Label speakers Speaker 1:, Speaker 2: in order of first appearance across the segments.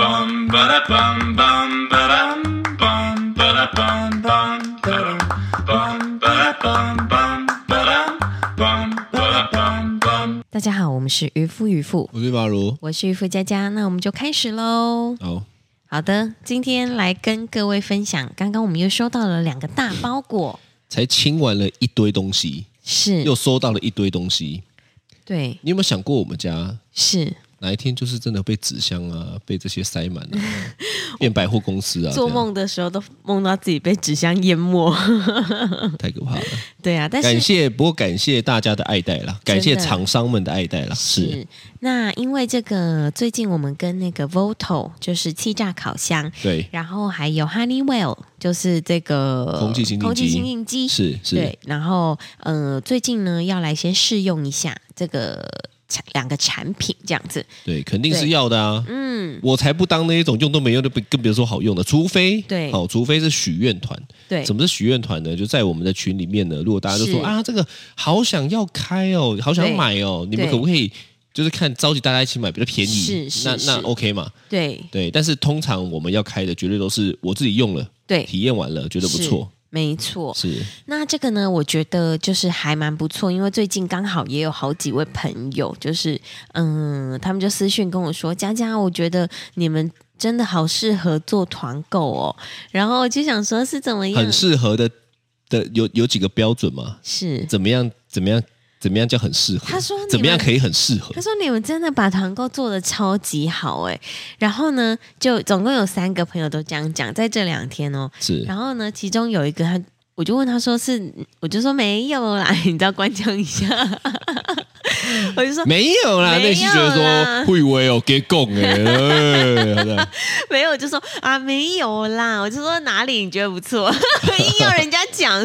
Speaker 1: bum ba da bum bum ba dum bum ba da bum bum ba dum bum ba da bum bum ba dum bum ba da bum bum
Speaker 2: 大家好，我们是渔夫渔妇，
Speaker 3: 我是马如。
Speaker 2: 我是渔夫佳佳，那我们就开始喽。
Speaker 3: 好，
Speaker 2: 好的，今天来跟各位分享，刚刚我们又收到了两个大包裹，
Speaker 3: 才清完了一堆东西，
Speaker 2: 是
Speaker 3: 又，收到了一堆东西。
Speaker 2: 对，
Speaker 3: 你有没有想过，我们家
Speaker 2: 是
Speaker 3: 哪一天就是真的被纸箱啊，被这些塞满了、 啊，变百货公司啊？
Speaker 2: 做
Speaker 3: 这样
Speaker 2: 梦的时候都梦到自己被纸箱淹没，
Speaker 3: 太可怕了。
Speaker 2: 对啊，但
Speaker 3: 感
Speaker 2: 是。
Speaker 3: 谢，不过感谢大家的爱戴啦，感谢厂商们的爱戴啦。是，
Speaker 2: 是，那因为这个最近我们跟那个 Voto 就是气炸烤箱，
Speaker 3: 对，
Speaker 2: 然后还有 Honeywell 就是这个
Speaker 3: 空气清净机
Speaker 2: 空气清净机，
Speaker 3: 是是
Speaker 2: 对，然后呃，最近呢要来先试用一下这个产两个产品这样子，
Speaker 3: 对，肯定
Speaker 2: 对
Speaker 3: 是要的啊。
Speaker 2: 嗯，
Speaker 3: 我才不当那一种用都没用的，不更别说好用的，除非
Speaker 2: 对
Speaker 3: 好、除非是许愿团。
Speaker 2: 对，
Speaker 3: 什么是许愿团呢？就在我们的群里面呢，如果大家都
Speaker 2: 是
Speaker 3: 说啊，这个好想要开哦，好想
Speaker 2: 对
Speaker 3: 买哦，你们
Speaker 2: 对
Speaker 3: 可不可以就是看召集大家一起买比较便
Speaker 2: 是
Speaker 3: 宜？
Speaker 2: 是
Speaker 3: 那那
Speaker 2: 是
Speaker 3: OK 嘛？
Speaker 2: 对
Speaker 3: 对，但是通常我们要开的绝对都是我自己用了，
Speaker 2: 对，
Speaker 3: 体验完了觉得不
Speaker 2: 是
Speaker 3: 错，
Speaker 2: 没错。
Speaker 3: 是
Speaker 2: 那这个呢，我觉得就是还蛮不错，因为最近刚好也有好几位朋友，就是嗯，他们就私讯跟我说：“佳佳，我觉得你们真的好适合做团购哦。”然后我就想说，是怎么样
Speaker 3: 很？适合的的有有几个标准嘛？
Speaker 2: 是
Speaker 3: 怎么样？怎么样？怎么样叫很适合？
Speaker 2: 他说你们
Speaker 3: 怎么样可以很适合
Speaker 2: 他？说：“你们真的把团购做的超级好哎、然后呢，就总共有三个朋友都这样讲，在这两天哦。
Speaker 3: 是
Speaker 2: 然后呢，其中有一个他，我就问他说是，我就说没有啦， 你知道官腔一下， 我就说
Speaker 3: 没有啦，
Speaker 2: 没有
Speaker 3: 内心觉得
Speaker 2: 啦
Speaker 3: 说会威哦，给拱哎，哎好的
Speaker 2: 没有，我就说啊没有啦， 我就说哪里你觉得不错， 硬要人家 讲，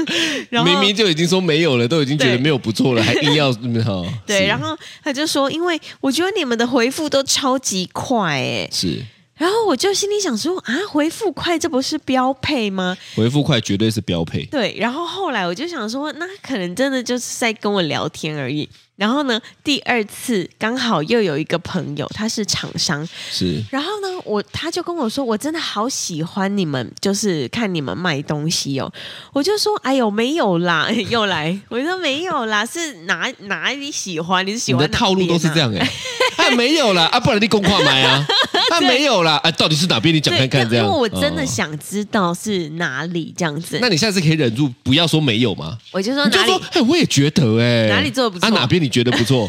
Speaker 2: 然后
Speaker 3: 明明就已经说没有了，都已经觉得
Speaker 2: 对没
Speaker 3: 没有 不错了，还硬要嗯好。
Speaker 2: 对，然后他就说，因为我觉得你们的回复都超级快哎、
Speaker 3: 是
Speaker 2: 然后我就心里想说啊，回复快这不是标配吗？
Speaker 3: 回复快，绝对是标配。
Speaker 2: 对，然后后来我就想说，那可能真的就是在跟我聊天而已。然后呢，第二次刚好又有一个朋友，他是厂商，
Speaker 3: 是
Speaker 2: 然后呢，我他就跟我说，我真的好喜欢你们，就是看你们卖东西哦。我就说，哎呦，没有啦， 又来，我说没有啦，是哪哪里喜欢？你是喜
Speaker 3: 你
Speaker 2: 欢、
Speaker 3: 的套路都是这。样哎、 啊没有啦，啊不然你公话 买啊，啊没有啦，啊到底是哪边你讲
Speaker 2: 对，
Speaker 3: 看看这
Speaker 2: 因为
Speaker 3: 样？
Speaker 2: 因为我真的
Speaker 3: 哦
Speaker 2: 想知道是哪里这样子，
Speaker 3: 那你下次可以忍住不要说没有吗？
Speaker 2: 我就说
Speaker 3: 你就
Speaker 2: 哦哪里
Speaker 3: 说，哎，我也觉得哎，
Speaker 2: 哪里做得不错
Speaker 3: 啊哪边你觉得 不错？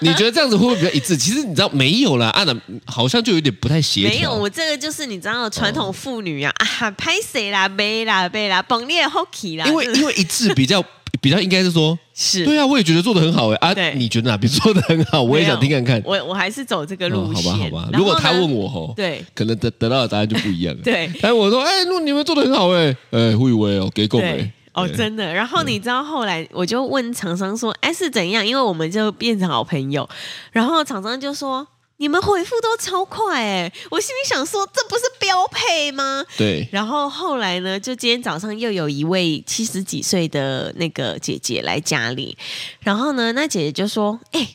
Speaker 3: 你觉得这样子会不会比较一致？其实你知道没有啦，啊哪好像就有点不太协调。
Speaker 2: 没有，我这个就是你知道传统妇女啊，啊拍谁啦，背啦背啦，绑你的 hockey 啦，
Speaker 3: 因为因为一致比较比较应该是说，
Speaker 2: 是
Speaker 3: 对啊，我也觉得做的很好哎、
Speaker 2: 对
Speaker 3: 啊，你觉得哪边做的很好？我也想听看看。
Speaker 2: 我我还是走这个
Speaker 3: 哦
Speaker 2: 路
Speaker 3: 好
Speaker 2: 线。
Speaker 3: 吧，好吧。
Speaker 2: 然后呢
Speaker 3: 如果他问，我吼，
Speaker 2: 对
Speaker 3: 可能得得到的答案就不一样了。
Speaker 2: 对
Speaker 3: 但我说，哎，那你们做的很好哎，哎，互以为哦，给拱哎
Speaker 2: 对。。哦，
Speaker 3: 对
Speaker 2: 真的。然后你知道后来我就问厂商说：“哎，是怎样？”因为我们就变成好朋友。然后厂商就说：“你们回复都超快哎！”我心里想说：“这不是标配吗？”
Speaker 3: 对，
Speaker 2: 然后后来呢，就今天早上又有一位七十几岁的那个姐姐来家里，然后呢，那姐姐就说：“哎、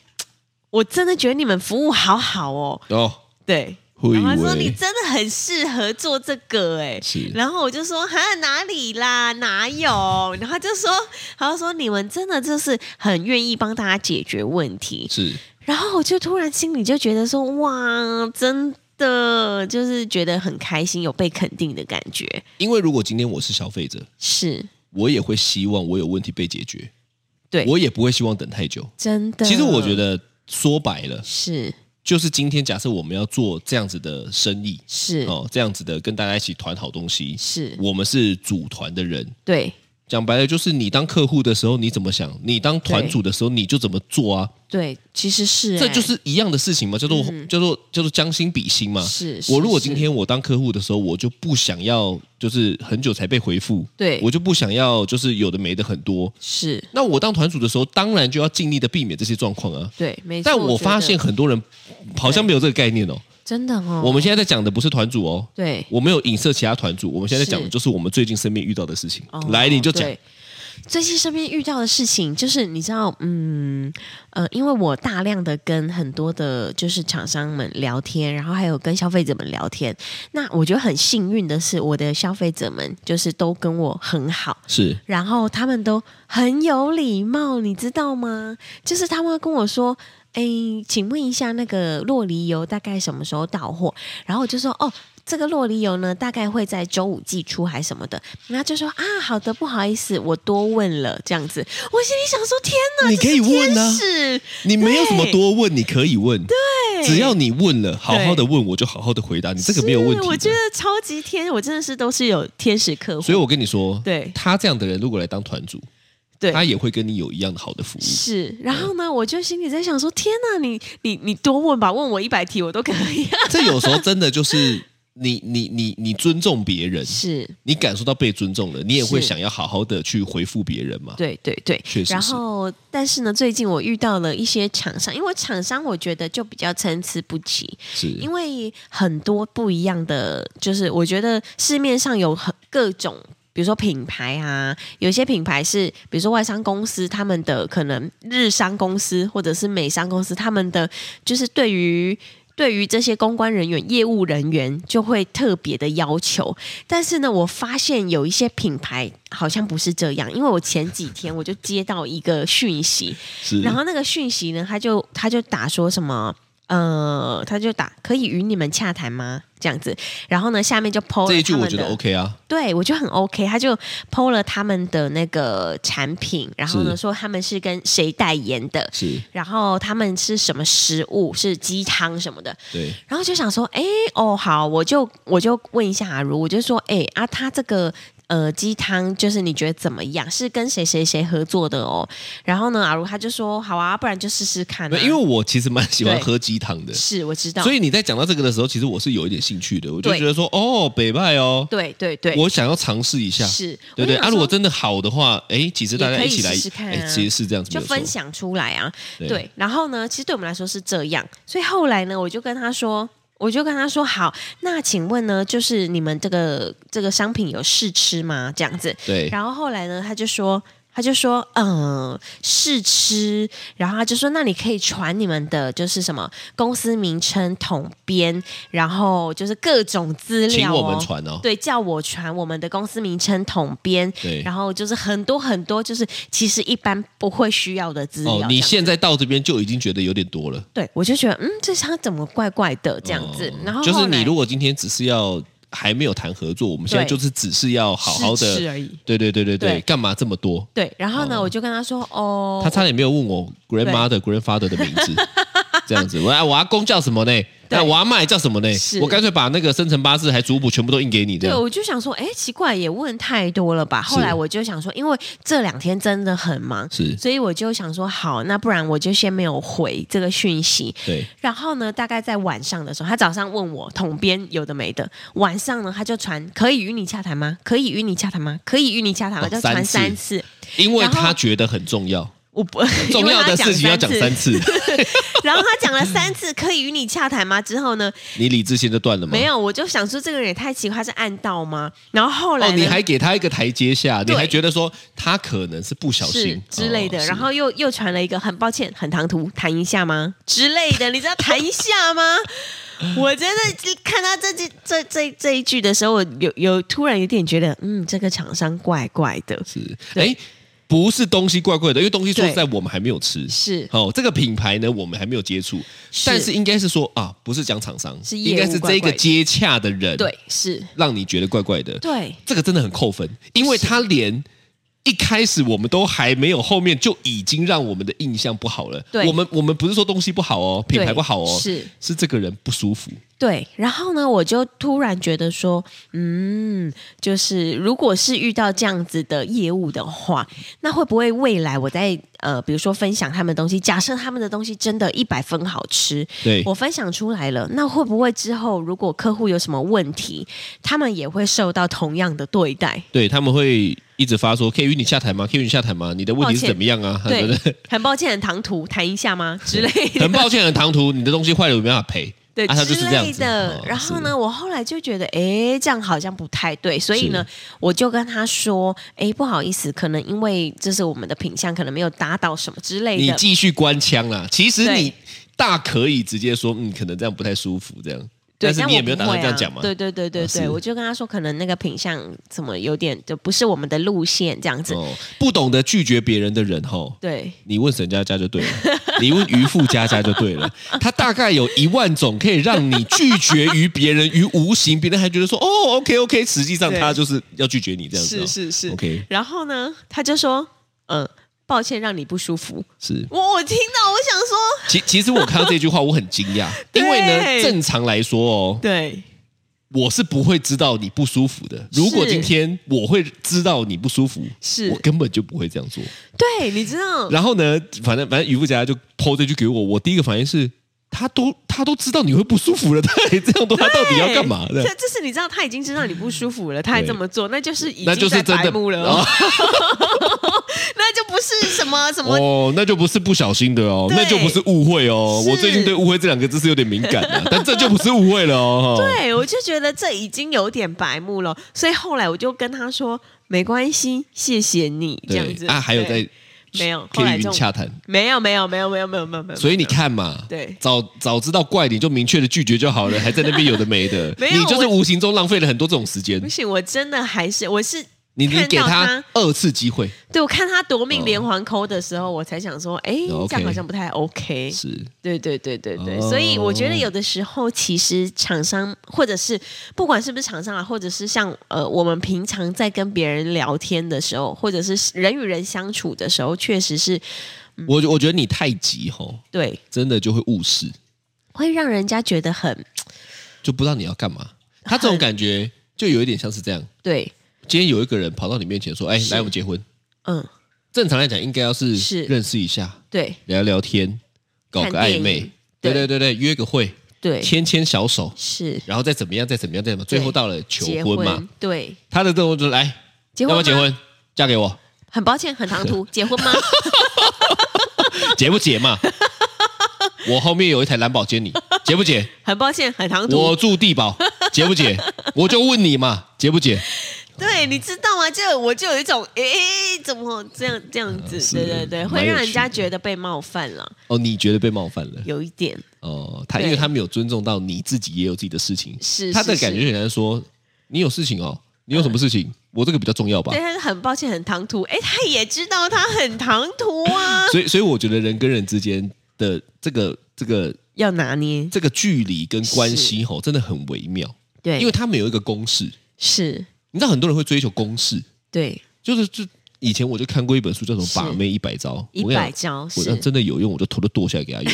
Speaker 2: 我真的觉得你们服务好好哦。
Speaker 3: 哦，”
Speaker 2: 对，
Speaker 3: 互以
Speaker 2: 然后她说你
Speaker 3: 为
Speaker 2: 真的很适合做这个哎、
Speaker 3: 是
Speaker 2: 然后我就说哈哪里啦哪有， 然后她就说，她就说你们真的就是很愿意帮大家解决问题，
Speaker 3: 是，
Speaker 2: 然后我就突然心里就觉得说，哇，真的就是觉得很开心，有被肯定的感觉。
Speaker 3: 因为如果今天我是消费者，
Speaker 2: 是
Speaker 3: 我也会希望我有问题被解决，
Speaker 2: 对
Speaker 3: 我也不会希望等太久。
Speaker 2: 真的。
Speaker 3: 其实我觉得说白了，
Speaker 2: 是
Speaker 3: 就是今天假设我们要做这样子的生意，
Speaker 2: 是、
Speaker 3: 哦，这样子的跟大家一起团好东西，
Speaker 2: 是，
Speaker 3: 我们是组团的人。
Speaker 2: 对
Speaker 3: 讲白了，就是你当客户的时候你怎么想，你当团主的时候你就怎么做啊，
Speaker 2: 对，其实是、
Speaker 3: 这就是一样的事情嘛，叫做、叫做叫做将心比心嘛
Speaker 2: 哎。是
Speaker 3: 我如果今
Speaker 2: 是
Speaker 3: 天我当客户的时候，我就不想要就是很久才被回复，
Speaker 2: 对
Speaker 3: 我就不想要就是有的没的很多。
Speaker 2: 是
Speaker 3: 那我当团主的时候，当然就要尽力的避免这些状况啊。
Speaker 2: 对，没错。
Speaker 3: 但
Speaker 2: 觉
Speaker 3: 我
Speaker 2: 得
Speaker 3: 发现很多人好像没有这个概念哦。
Speaker 2: 真的哦，
Speaker 3: 我们现在在讲的不是团主哦，
Speaker 2: 对
Speaker 3: 我没有影射其他团主，我们现在在讲
Speaker 2: 是
Speaker 3: 的就是我们最近身边遇到的事情
Speaker 2: 哦。
Speaker 3: 来，你就讲
Speaker 2: 对最近身边遇到的事情，就是你知道，嗯呃，因为我大量的跟很多的，就是厂商们聊天，然后还有跟消费者们聊天。那我觉得很幸运的是，我的消费者们就是都跟我很好，
Speaker 3: 是
Speaker 2: 然后他们都很有礼貌，你知道吗？就是他们会跟我说。哎，请问一下，那个洛梨油大概什么时候到货？然后我就说，哦，这个洛梨油呢，大概会在周五寄出还是什么的。然后就说啊，好的，不好意思，我多问了，这样子。我心里想说，天哪，
Speaker 3: 你可以
Speaker 2: 这是
Speaker 3: 问啊
Speaker 2: 天使
Speaker 3: 你没有什么多问，你可以问，
Speaker 2: 对
Speaker 3: 只要你问了，好好的问，我就好好的回答你，这个没有问题
Speaker 2: 是
Speaker 3: 的。
Speaker 2: 我觉得超级天，我真的是都是有天使客户，
Speaker 3: 所以我跟你说，
Speaker 2: 对
Speaker 3: 他这样的人如果来当团主，
Speaker 2: 对
Speaker 3: 他也会跟你有一样的好的 服务。
Speaker 2: 是，然后呢，我就心里在想说，天哪，你你你多问吧，问我一百题我都可以、啊。
Speaker 3: 这有时候真的就是你你你你尊重别人，
Speaker 2: 是，
Speaker 3: 你感受到被尊重了，你也会
Speaker 2: 是
Speaker 3: 想要好好的去回复别人嘛。
Speaker 2: 对对对。
Speaker 3: 确实是
Speaker 2: 然后，但是呢，最近我遇到了一些厂商，因为厂商我觉得就比较参差不齐，
Speaker 3: 是
Speaker 2: 因为很多不一样的，就是我觉得市面上有很各种。比如说品牌啊，有些品牌是，比如说外商公司，他们的可能日商公司或者是美商公司，他们的就是对于对于这些公关人员、业务人员就会特别的要求。但是呢，我发现有一些品牌好像不是这样，因为我前几天我就接到一个讯息，
Speaker 3: 是，
Speaker 2: 然后那个讯息呢，他就他就打说什么。呃，他就打可以与你们洽谈吗？这样子，然后呢，下面就 PO 了
Speaker 3: 这一句
Speaker 2: 他们
Speaker 3: 我觉得
Speaker 2: 的
Speaker 3: OK 啊，
Speaker 2: 对我觉得很 OK，他就 PO 了他们的那个产品，然后呢
Speaker 3: 是
Speaker 2: 说他们是跟谁代言的，
Speaker 3: 是
Speaker 2: 然后他们是什么食物，是鸡汤什么的，
Speaker 3: 对
Speaker 2: 然后就想说，哎，哦，好，我就我就问一下阿如，我就说，哎啊，他这个呃鸡汤，就是你觉得怎么样？是跟谁谁谁合作的哦？然后呢，阿如他就说，好啊，不然就试试看、啊。
Speaker 3: 因为我其实蛮喜欢
Speaker 2: 对
Speaker 3: 喝鸡汤的，
Speaker 2: 是我知道，
Speaker 3: 所
Speaker 2: 以
Speaker 3: 以你在讲到这个的时候，其实我是有一点兴趣的，我就
Speaker 2: 对
Speaker 3: 觉得说，哦，北派哦，
Speaker 2: 对对对，
Speaker 3: 我想要尝试一下，
Speaker 2: 是，
Speaker 3: 对不对？
Speaker 2: 我就想
Speaker 3: 啊，如果
Speaker 2: 说
Speaker 3: 真的好的话，哎，其实大
Speaker 2: 也
Speaker 3: 家
Speaker 2: 可以
Speaker 3: 一起来，
Speaker 2: 试试看啊
Speaker 3: 哎，其实是这样子，
Speaker 2: 就
Speaker 3: 没有错
Speaker 2: 分享出来啊，
Speaker 3: 对
Speaker 2: 对，然后呢，其实对我们来说是这样，所以后来呢，我就跟他说，我就跟他说，好，那请问呢，就是你们这个这个商品有试吃吗？这样子，
Speaker 3: 对，
Speaker 2: 然后后来呢，他就说。他就说，嗯，试吃，然后他就说，那你可以传你们的，就是什么公司名称、统编，然后就是各种资
Speaker 3: 请
Speaker 2: 料、哦，
Speaker 3: 我们传哦，
Speaker 2: 对，叫我传我们的公司名称、统编，
Speaker 3: 对
Speaker 2: 然后就是很多很多，就是其实一般不会需要的资料。
Speaker 3: 哦，你
Speaker 2: 这样
Speaker 3: 现在到这边就已经觉得有点多了，
Speaker 2: 对我就觉得，嗯，这他怎么怪怪的这样子？
Speaker 3: 哦
Speaker 2: 然后
Speaker 3: 就是你如
Speaker 2: 果
Speaker 3: 果今天只是要还没有谈合作，我们现在
Speaker 2: 对
Speaker 3: 就是只是要好好的，
Speaker 2: 而已。
Speaker 3: 对对对对对，
Speaker 2: 对
Speaker 3: 干嘛这么多？
Speaker 2: 对，然后呢，
Speaker 3: 哦
Speaker 2: 我就跟他说，哦，
Speaker 3: 他差点没有问我 grandmother grandfather 的名 字，这样子，我我阿公叫什么呢？哎
Speaker 2: 对
Speaker 3: 那我阿妈也叫什么呢
Speaker 2: 是？
Speaker 3: 我干脆把那个生辰八字还族谱全部都印给你，这
Speaker 2: 对，
Speaker 3: 样
Speaker 2: 我就想说，哎，奇怪，也问太多了吧？后来我就想说，因为这两天真的很忙，
Speaker 3: 是
Speaker 2: 所以我就想说，好，那不然我就先没有回这个讯息。
Speaker 3: 对，
Speaker 2: 然后呢，大概在晚上的时候，他早上问我统编有的没的，晚上呢他就传可以与你洽谈吗？可以与你洽谈吗？可以与你洽谈吗？
Speaker 3: 哦
Speaker 2: 就传
Speaker 3: 三
Speaker 2: 三次，
Speaker 3: 因为
Speaker 2: 然后
Speaker 3: 他觉得很重要，
Speaker 2: 我不 因
Speaker 3: 重
Speaker 2: 为
Speaker 3: 要
Speaker 2: 他
Speaker 3: 的事情要讲三
Speaker 2: 次，
Speaker 3: 次，
Speaker 2: 然后他讲了三次可以与你洽谈吗？之后呢，
Speaker 3: 你理智线就断了吗？
Speaker 2: 没有，我就想说这个人也太奇怪，他是暗道吗？然后后来
Speaker 3: 哦，
Speaker 2: 呢、
Speaker 3: 你还给他一个台阶下，你
Speaker 2: 对
Speaker 3: 还觉得说他可能是不小
Speaker 2: 是
Speaker 3: 心
Speaker 2: 之类的，
Speaker 3: 哦是
Speaker 2: 然后又又传了一个很抱歉，很唐突，谈一下吗之类的，你知道谈一下 吗？我真的看到这句这这这一句的时候，我有有突然有点觉得，嗯，这个厂商怪怪的，
Speaker 3: 是
Speaker 2: 对
Speaker 3: 哎，不是东西怪怪的，因为东西说实在
Speaker 2: 对
Speaker 3: 我们还没有吃。
Speaker 2: 是
Speaker 3: 哦，这个品牌呢，我们还没有接触，
Speaker 2: 是
Speaker 3: 但是应该是说啊，不是讲厂商，
Speaker 2: 是业务
Speaker 3: 应该是这
Speaker 2: 怪怪
Speaker 3: 个
Speaker 2: 的
Speaker 3: 接洽的人，，
Speaker 2: 对是，
Speaker 3: 让你觉得怪怪的，
Speaker 2: 对
Speaker 3: 这个真的很扣分，因为他连一开始我们都还没有，后面就已经让我们的印象不好了。
Speaker 2: 对
Speaker 3: 我们我们不是说东西不好哦，品牌
Speaker 2: 对
Speaker 3: 不好哦，
Speaker 2: 是
Speaker 3: 是这个人不舒服，
Speaker 2: 对。然后呢，我就突然觉得说，嗯，就是如果是遇到这样子的业务的话，那会不会未来我在呃，比如说分享他们的东西，假设他们的东西真的一百分好吃，
Speaker 3: 对，
Speaker 2: 我分享出来了，那会不会之后如果客户有什么问题，他们也会受到同样的对待？
Speaker 3: 对他们会一直发说可以与你下台吗？可以与你下台吗？你的问题
Speaker 2: 抱
Speaker 3: 是
Speaker 2: 歉
Speaker 3: 怎么样啊？对
Speaker 2: 对
Speaker 3: 不对？，
Speaker 2: 很抱歉，很唐突，谈一下吗之类的？
Speaker 3: 很抱歉，很唐突，你的东西坏了有没有办法赔？
Speaker 2: 对、
Speaker 3: 啊他就是
Speaker 2: 之
Speaker 3: 这样
Speaker 2: 类
Speaker 3: 子
Speaker 2: 的
Speaker 3: 哦。
Speaker 2: 然后
Speaker 3: 是
Speaker 2: 呢，我后来就觉得，哎，这样好像不太对，所以呢，我就跟他说，哎，不好意思，可能因为这是我们的品相，可能没有达到什么之类
Speaker 3: 你
Speaker 2: 的。
Speaker 3: 继续关腔啦。其实你
Speaker 2: 对
Speaker 3: 大可以直接说，嗯，可能这样不太舒服，这样。
Speaker 2: 对，
Speaker 3: 但是
Speaker 2: 但
Speaker 3: 你也
Speaker 2: 我
Speaker 3: 没有
Speaker 2: 不
Speaker 3: 打算
Speaker 2: 会
Speaker 3: 这样
Speaker 2: 啊
Speaker 3: 讲嘛？
Speaker 2: 对对对对
Speaker 3: 啊
Speaker 2: 对，
Speaker 3: 是
Speaker 2: 我就跟他说，可能那个品相怎么有点就不是我们的路线这样子。
Speaker 3: 哦，不懂得拒绝别人的人吼，
Speaker 2: 对，
Speaker 3: 你问沈佳佳就对了， 你问渔夫佳佳就对了，他大概有一万种可以让你拒绝于别人于无形，别人还觉得说哦，OK OK，实际上
Speaker 2: 对
Speaker 3: 他就是要拒绝你这样子、哦，
Speaker 2: 是是是。
Speaker 3: OK
Speaker 2: 然后呢，他就说，嗯、抱歉让你不舒服。
Speaker 3: 是。
Speaker 2: 我我听到，我想说，
Speaker 3: 其其实我看到这句话我很惊讶，
Speaker 2: 对
Speaker 3: 因为呢，正常来说哦，
Speaker 2: 对
Speaker 3: 我是不会知道你不舒服的。如果今天我会知道你不舒服，
Speaker 2: 是
Speaker 3: 我根本就不会这样做。
Speaker 2: 对，你知 道，
Speaker 3: 然后呢，反正反正渔夫家就抛这句给我，我第一个反应是，他都他都知道你会不舒服了，他还这样做，他到底要干 嘛？这
Speaker 2: 这
Speaker 3: 样
Speaker 2: 这是你知道，他已经知道你不舒服了，他还
Speaker 3: 对
Speaker 2: 这么做，那就是已
Speaker 3: 那就
Speaker 2: 经
Speaker 3: 是
Speaker 2: 在
Speaker 3: 真
Speaker 2: 白
Speaker 3: 的
Speaker 2: 目了哦， 那就不是什么什么。
Speaker 3: 哦，那就不是不小心的哦，
Speaker 2: 对
Speaker 3: 那就不是误会哦。
Speaker 2: 是
Speaker 3: 我最近对“误会”这两个字是有点敏感 的、但这就不是误会了哦。哈，
Speaker 2: 对，我就觉得这已经有点白目了，所以后来我就跟他说没关系，谢谢你这样子
Speaker 3: 对啊，还有
Speaker 2: 对
Speaker 3: 在
Speaker 2: 没有后来
Speaker 3: 天
Speaker 2: 就
Speaker 3: 云洽谈，
Speaker 2: 没有没有没有没有没有没有没有，
Speaker 3: 所以你看嘛，
Speaker 2: 对
Speaker 3: 早早知道怪你就明确的拒绝就好了，还在那边有的没的，
Speaker 2: 没有
Speaker 3: 你就是
Speaker 2: 我
Speaker 3: 无形中浪费了很多这种时间
Speaker 2: 不。行，我真的还是我是
Speaker 3: 你你
Speaker 2: 看
Speaker 3: 给
Speaker 2: 到
Speaker 3: 他
Speaker 2: 他，
Speaker 3: 二次机会
Speaker 2: 对我看他夺
Speaker 3: 哦
Speaker 2: 命连环扣的时候，我才想说，哎，
Speaker 3: 哦
Speaker 2: 这
Speaker 3: ，OK
Speaker 2: 样好像不太 OK。
Speaker 3: 是
Speaker 2: 对对对对对，
Speaker 3: 哦
Speaker 2: 所以我觉得有的时候，其实厂商或者是不管是不是厂商啊，或者是像呃我们平常在跟别人聊天的时候，或者是人与人相处的时候，确实是嗯
Speaker 3: 我我觉得你太急吼，
Speaker 2: 对
Speaker 3: 真的就会误事，
Speaker 2: 会让人家觉得很
Speaker 3: 就不知道你要 干嘛。他这种感觉就有一点像是这样：
Speaker 2: 对，
Speaker 3: 今天有一个人跑到你面前说：“哎，来我们结婚。
Speaker 2: 嗯，”
Speaker 3: 正常来讲，应该要是
Speaker 2: 是
Speaker 3: 认识一下，
Speaker 2: 对
Speaker 3: 聊聊天，搞个
Speaker 2: 看电
Speaker 3: 暧
Speaker 2: 影
Speaker 3: 昧，对
Speaker 2: 对
Speaker 3: 对对对，约个会，
Speaker 2: 对
Speaker 3: 牵牵小手，
Speaker 2: 是
Speaker 3: 然后再怎么样，再怎么样，再怎么样，最后到了求
Speaker 2: 结
Speaker 3: 婚嘛。
Speaker 2: 对，
Speaker 3: 他的动作就是来，
Speaker 2: 结
Speaker 3: 要
Speaker 2: 婚
Speaker 3: 不要结
Speaker 2: 吗？
Speaker 3: 婚？嫁 给我，
Speaker 2: 很抱歉，很唐突，结婚吗？
Speaker 3: 结不结嘛？我后面有一台蓝宝坚尼，结不结？
Speaker 2: 很抱歉，很唐突
Speaker 3: 我。住地堡，结不结？我就问你嘛，结不结？
Speaker 2: 对，你知道吗？就我就有一种，诶，怎么这样这样子？
Speaker 3: 啊是
Speaker 2: 对对对，
Speaker 3: 蛮
Speaker 2: 会
Speaker 3: 有
Speaker 2: 让人
Speaker 3: 趣
Speaker 2: 家
Speaker 3: 的
Speaker 2: 觉得被冒犯了，
Speaker 3: 哦，你觉得被冒犯了？
Speaker 2: 有一点。
Speaker 3: 哦，他
Speaker 2: 对
Speaker 3: 因为他没有尊重到你自己，也有自己的事情。
Speaker 2: 是
Speaker 3: 他的
Speaker 2: 是
Speaker 3: 感觉
Speaker 2: 是
Speaker 3: 很难说，你有事情哦，你有什么事情？我这个比较重要吧
Speaker 2: 对，。他很抱歉，很唐突。哎，他也知道他很唐突啊，
Speaker 3: 所以，所以我觉得人跟人之间的这个这个
Speaker 2: 要拿捏。
Speaker 3: 这个距离跟关系吼，真的很微妙，
Speaker 2: 对，
Speaker 3: 因为他们有一个公式。
Speaker 2: 是，
Speaker 3: 你知道很多人会追求公式，
Speaker 2: 对，
Speaker 3: 就是就以前我就看过一本书叫什么《
Speaker 2: 是
Speaker 3: 把妹一百招》，
Speaker 2: 一
Speaker 3: 我跟你讲
Speaker 2: 百招
Speaker 3: 我呃要
Speaker 2: 是，
Speaker 3: 真的有用，我就偷偷剁下来给 他用。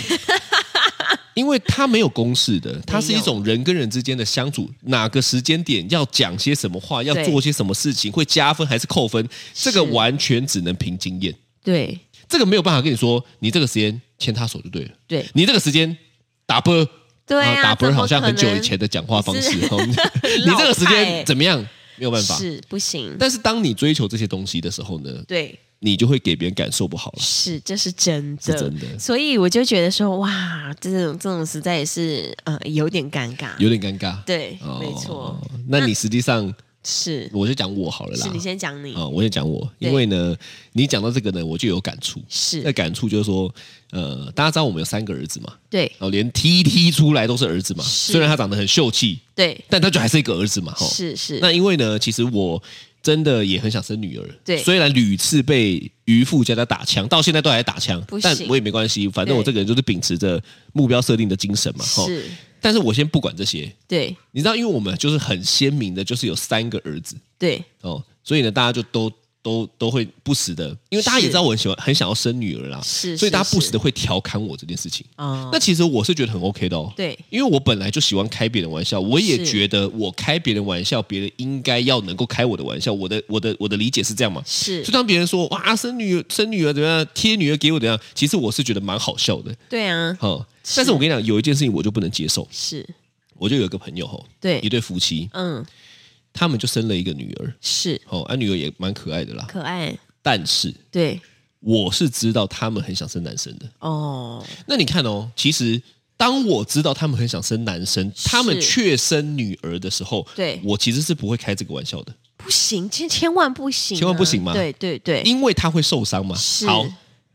Speaker 3: 因为他没有公式的，它是一种人跟人之间的相处，哪个时间点要讲些什么话，要
Speaker 2: 对
Speaker 3: 做些什么事情，会加分还是扣分，这个
Speaker 2: 是
Speaker 3: 完全只能凭经验，
Speaker 2: 对
Speaker 3: 这个没有办法跟你说，你这个时间牵他手就对了，
Speaker 2: 对
Speaker 3: 你这个时间打啵，
Speaker 2: 对
Speaker 3: 啊打
Speaker 2: 啊，
Speaker 3: 啵
Speaker 2: 怎么
Speaker 3: 好像很
Speaker 2: 可
Speaker 3: 久
Speaker 2: 能
Speaker 3: 以前的讲话方式
Speaker 2: 是，
Speaker 3: 哦 你这个时
Speaker 2: 老派
Speaker 3: 间
Speaker 2: 欸
Speaker 3: 怎么样，没有办法。
Speaker 2: 是不行。
Speaker 3: 但是当你追求这些东西的时候呢，
Speaker 2: 对，
Speaker 3: 你就会给别人感受不好了。
Speaker 2: 是这是真的，
Speaker 3: 是真的
Speaker 2: 所以我就觉得说，哇，这种这种实在也是呃有点尴尬。
Speaker 3: 有点尴尬。
Speaker 2: 对，
Speaker 3: 哦
Speaker 2: 没错，。
Speaker 3: 那你实际上，
Speaker 2: 是
Speaker 3: 我就讲我好了啦。
Speaker 2: 是，你先讲你
Speaker 3: 啊、我先讲我，
Speaker 2: 对
Speaker 3: 因为呢，你讲到这个呢，我就有感触。那
Speaker 2: 是
Speaker 3: 感触就是说，呃，大家知道我们有三个儿子嘛，
Speaker 2: 对
Speaker 3: 然后连 TT 出来都是儿子嘛。
Speaker 2: 是
Speaker 3: 虽然他长得很秀气，
Speaker 2: 对
Speaker 3: 但他就还是一个儿子嘛。吼
Speaker 2: 是是
Speaker 3: 那因哦为呢，其实我真的也很想生女儿，
Speaker 2: 对
Speaker 3: 虽然屡次被渔夫家家打枪，到现在都还在打枪
Speaker 2: 不，行
Speaker 3: 但我也没关系，反正我
Speaker 2: 对
Speaker 3: 这个人就是秉持着目标设定的精神嘛。吼
Speaker 2: 是，
Speaker 3: 但是我先不管这些，
Speaker 2: 对
Speaker 3: 你知道，因为我们就是很鲜明的，就是有三个儿子
Speaker 2: 对
Speaker 3: 哦，所以呢，大家就都都都会不时的，因为大家也知道我很喜欢很想要生女儿啦，
Speaker 2: 是
Speaker 3: 所
Speaker 2: 是
Speaker 3: 以大家不时
Speaker 2: 是
Speaker 3: 的会调侃我这件事情。
Speaker 2: 啊
Speaker 3: 那，其实我是觉得很 OK 的哦，
Speaker 2: 对
Speaker 3: 因为我本来就喜欢开别人玩笑，我也
Speaker 2: 是
Speaker 3: 觉得我开别人玩笑，别人应该要能够开我的玩笑，我的我的我的理解是这样嘛。
Speaker 2: 是
Speaker 3: 就当别人说哇生女儿生女儿怎么样贴女儿给我怎么样，其实我是觉得蛮好笑的，
Speaker 2: 对啊，
Speaker 3: 哈、但是我跟你讲，有一件事情我就不能接受，
Speaker 2: 是
Speaker 3: 我就有一个朋友吼，
Speaker 2: 对
Speaker 3: 一对夫妻，
Speaker 2: 嗯
Speaker 3: 他们就生了一个女儿，
Speaker 2: 是
Speaker 3: 哦，啊，女儿也蛮可爱的啦。
Speaker 2: 可爱，
Speaker 3: 但是
Speaker 2: 对
Speaker 3: 我是知道他们很想生男生的。
Speaker 2: 哦，
Speaker 3: 那你看哦，其实当我知道他们很想生男生，他们却生女儿的时候，
Speaker 2: 对
Speaker 3: 我其实是不会开这个玩笑的，
Speaker 2: 不行，千千万不行啊、
Speaker 3: 千万不行吗
Speaker 2: 对对对，
Speaker 3: 因为他会受伤嘛
Speaker 2: 是。
Speaker 3: 好，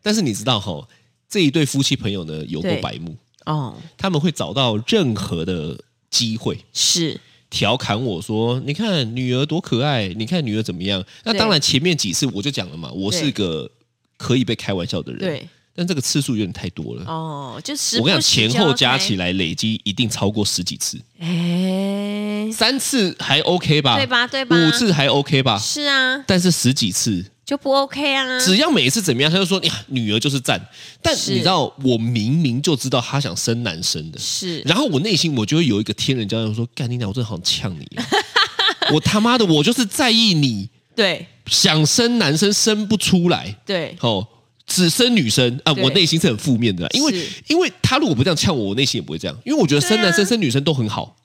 Speaker 3: 但是你知道哈、这一对夫妻朋友呢有过
Speaker 2: 对
Speaker 3: 白目，
Speaker 2: 哦，
Speaker 3: 他们会找到任何的机会
Speaker 2: 是
Speaker 3: 调侃我说：“你看女儿多可爱，你看女儿怎么样？”那
Speaker 2: 对
Speaker 3: 当然，前面几次我就讲了嘛，我是
Speaker 2: 对
Speaker 3: 个可以被开玩笑的人，
Speaker 2: 对
Speaker 3: 但这个次数有点太多了。
Speaker 2: 哦，就时
Speaker 3: 我跟你讲，前后加起
Speaker 2: 来，
Speaker 3: 来累积一定超过十几次，
Speaker 2: 哎，
Speaker 3: 三次还 OK 吧？
Speaker 2: 对？吧对吧，
Speaker 3: 五次还 OK 吧？
Speaker 2: 是啊，
Speaker 3: 但是十几次，
Speaker 2: 就不 OK 啊，
Speaker 3: 只要每一次怎么样，他就说：“呀，女儿就是赞。”但
Speaker 2: 是
Speaker 3: 你知道，我明明就知道他想生男生的，
Speaker 2: 是
Speaker 3: 然后我内心我就会有一个天人交战，说：“干你娘，我真的好想呛你！啊我他妈的，我就是在意你
Speaker 2: 对
Speaker 3: 想生男生生不出来，
Speaker 2: 对
Speaker 3: 哦，只生女生啊，
Speaker 2: 对
Speaker 3: 我内心是很负面的啦，啊因为
Speaker 2: 是
Speaker 3: 因为他如果不这样呛我，我内心也不会这样，因为我觉得生男生
Speaker 2: 对啊
Speaker 3: 生女生都很好，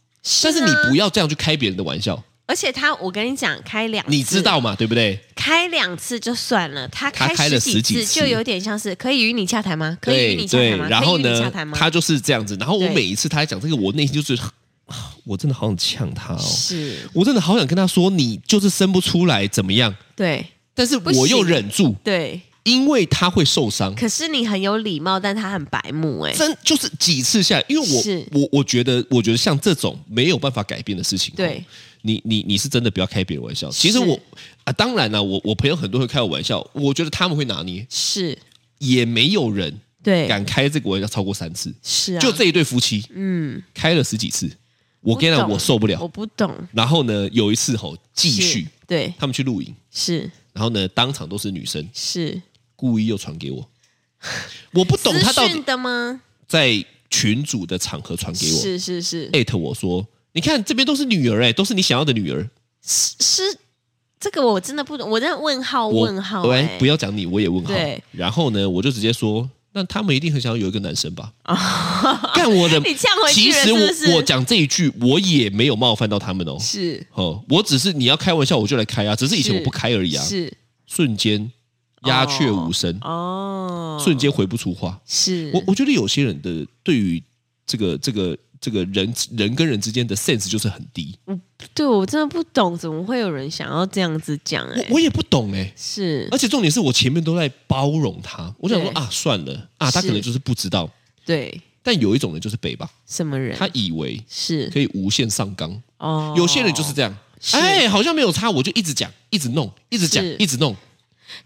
Speaker 3: 但是你
Speaker 2: 啊
Speaker 3: 不要这样去开别人的玩笑，
Speaker 2: 而且他，我跟你讲，开两次
Speaker 3: 你知道嘛，对不对？
Speaker 2: 开两次就算了，他
Speaker 3: 他开了
Speaker 2: 十
Speaker 3: 十几次
Speaker 2: 就有点像是可以与你洽谈吗？可以与
Speaker 3: 对
Speaker 2: 你洽谈
Speaker 3: 对，
Speaker 2: 吗？
Speaker 3: 然后
Speaker 2: 可以与你洽
Speaker 3: 呢
Speaker 2: 谈，吗？
Speaker 3: 他就是这样子，然后我
Speaker 2: 对
Speaker 3: 每一次他讲这个，我内心就是，啊我真的好想呛他哦，
Speaker 2: 是
Speaker 3: 我真的好想跟他说，你就是生不出来怎么样？
Speaker 2: 对
Speaker 3: 但是
Speaker 2: 不行
Speaker 3: 我又忍住，
Speaker 2: 对，
Speaker 3: 因为他会受伤。
Speaker 2: 可是你很有礼貌，但他很白目哎、
Speaker 3: 真就是几次下来，因为我
Speaker 2: 是
Speaker 3: 我我觉得，我觉得像这种没有办法改变的事情，
Speaker 2: 对，
Speaker 3: 你你你是真的不要开别人玩笑。其
Speaker 2: 是
Speaker 3: 实我啊，当然啦、我我朋友很多会开我玩笑，我觉得他们会拿捏，
Speaker 2: 是，
Speaker 3: 也没有人
Speaker 2: 对，
Speaker 3: 敢开这个玩笑超过三次，
Speaker 2: 是啊，
Speaker 3: 就这一对夫妻，嗯，开了十几次，我跟你讲，
Speaker 2: 懂
Speaker 3: 我受不
Speaker 2: 我
Speaker 3: 了。
Speaker 2: 不懂，
Speaker 3: 然后呢，有一次吼，啊继续
Speaker 2: 是对，
Speaker 3: 他们去露营，
Speaker 2: 是
Speaker 3: 然后呢，当场都是女生，
Speaker 2: 是，
Speaker 3: 故意又传给 我，我不懂
Speaker 2: 资
Speaker 3: 他到
Speaker 2: 讯
Speaker 3: 底
Speaker 2: 的吗？
Speaker 3: 在群主的场合传给我，哎
Speaker 2: 是是是，
Speaker 3: 艾特我说：“你看这边都是女儿、哎，都是你想要的女儿。
Speaker 2: 是是，这个我真的不懂，我在问号
Speaker 3: 我”
Speaker 2: 问号
Speaker 3: 喂
Speaker 2: 哎、
Speaker 3: 不要讲你，我也问号
Speaker 2: 对。
Speaker 3: 然后呢，我就直接说：“那他们一定很想要有一个男
Speaker 2: ，
Speaker 3: 生吧？”干我的
Speaker 2: 你呛回去
Speaker 3: 其
Speaker 2: 了
Speaker 3: 实我
Speaker 2: 是不是
Speaker 3: 我讲这一句，我也没有冒犯到他们哦。
Speaker 2: 是
Speaker 3: 哦，我只是你要开玩笑，我就来开啊，只是以前
Speaker 2: 是
Speaker 3: 我不开而已啊。
Speaker 2: 是
Speaker 3: 瞬间鸦雀无声，
Speaker 2: 哦，
Speaker 3: 瞬间回不出话。
Speaker 2: 是
Speaker 3: 我我觉得有些人的对于这个这个这个人人跟人之间的 sense 就是很低，
Speaker 2: 对我真的不懂，怎么会有人想要这样子讲、欸？
Speaker 3: 我我也不懂哎、
Speaker 2: 是
Speaker 3: 而且重点是我前面都在包容他，我想说
Speaker 2: 对
Speaker 3: 啊，算了啊，他
Speaker 2: 是
Speaker 3: 可能就是不知道。
Speaker 2: 对
Speaker 3: 但有一种人就是北吧，
Speaker 2: 什么人？
Speaker 3: 他以为
Speaker 2: 是
Speaker 3: 可以无限上纲。
Speaker 2: 哦，
Speaker 3: 有些人就是这样，哎，好像没有差，我就一直讲，一直弄，一直讲
Speaker 2: 是，
Speaker 3: 一直弄。